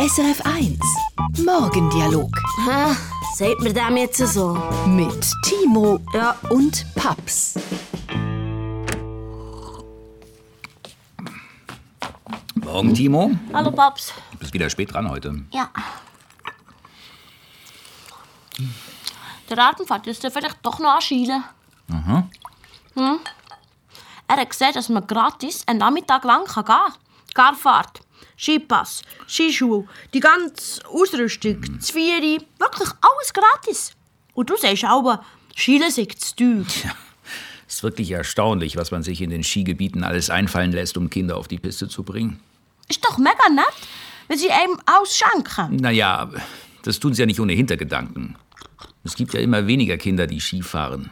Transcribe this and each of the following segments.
SRF 1 Morgendialog Hä? Seht mir dem jetzt so? mit Timo Ja. und Paps. Morgen, Timo. Hallo, Paps. Du bist Hm? wieder spät dran heute. Ja. Der Artenvater ist ja vielleicht doch noch anschielen. Aha. Er hat gesehen, dass man gratis einen Nachmittag lang gehen kann. Garfahrt, Skipass, Skischuhe, die ganze Ausrüstung, mhm. Zwiebeln, wirklich alles gratis. Und du sagst aber, Schielen sei zu teuer. Ist wirklich erstaunlich, was man sich in den Skigebieten alles einfallen lässt, um Kinder auf die Piste zu bringen. Ist doch mega nett, wenn sie einem ausschenken. Naja, das tun sie ja nicht ohne Hintergedanken. Es gibt ja immer weniger Kinder, die Ski fahren.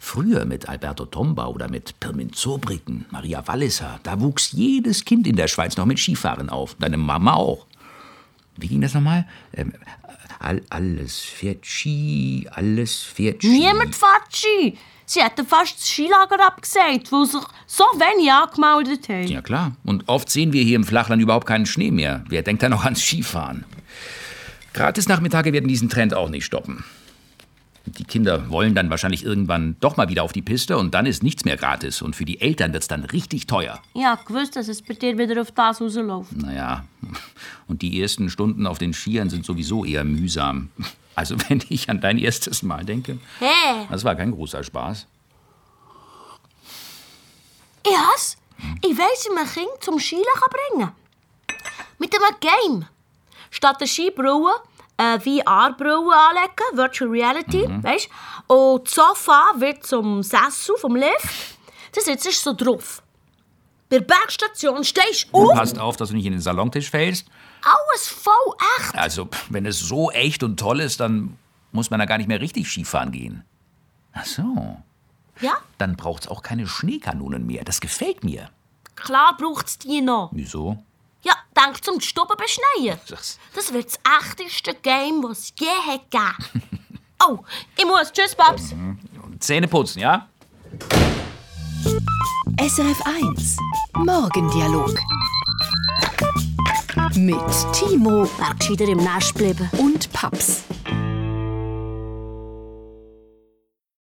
Früher mit Alberto Tomba oder mit Pirmin Zobricken, Maria Walliser, da wuchs jedes Kind in der Schweiz noch mit Skifahren auf. Deine Mama auch. Wie ging das nochmal? Ähm, all, alles fährt Ski, alles fährt Ski. Niemand fährt Ski. Sie hätten fast das Skilager abgesagt, weil sich so wenig angemeldet haben. Ja klar. Und oft sehen wir hier im Flachland überhaupt keinen Schnee mehr. Wer denkt da noch ans Skifahren? Gratis-Nachmittage werden diesen Trend auch nicht stoppen. Die Kinder wollen dann wahrscheinlich irgendwann doch mal wieder auf die Piste und dann ist nichts mehr gratis. Und für die Eltern wird's dann richtig teuer. Ich hab gewusst, dass es bei dir wieder auf das rausläuft. Naja, und die ersten Stunden auf den Skiern sind sowieso eher mühsam. Also wenn ich an dein erstes Mal denke, Hä? das war kein großer Spaß. Ich has. Ich weiss, wie man Kinder zum Skilen kann bringen Mit einem Game. Statt der Skibrille eine VR-Brille anlegen, Virtual Reality, weisst du? Und das Sofa wird zum Sessel vom Lift. Da sitzt du so drauf. Bei der Bergstation stehst du auf, Passt auf, dass du nicht in den Salontisch fällst. alles voll echt. Also, pff, wenn es so echt und toll ist, dann muss man da gar nicht mehr richtig Skifahren gehen. Ach so. Ja? Dann braucht's auch keine Schneekanonen mehr. Das gefällt mir. Klar braucht es die noch. Wieso? Ja, denk zum die Stube beschneien. Das- Das wird das echteste Game, das es je hat gegeben Oh, ich muss. Tschüss, Babs. Zähne putzen, ja? SRF 1 Morgendialog mit Timo Wär gescheiter im Nest bleiben. und Paps.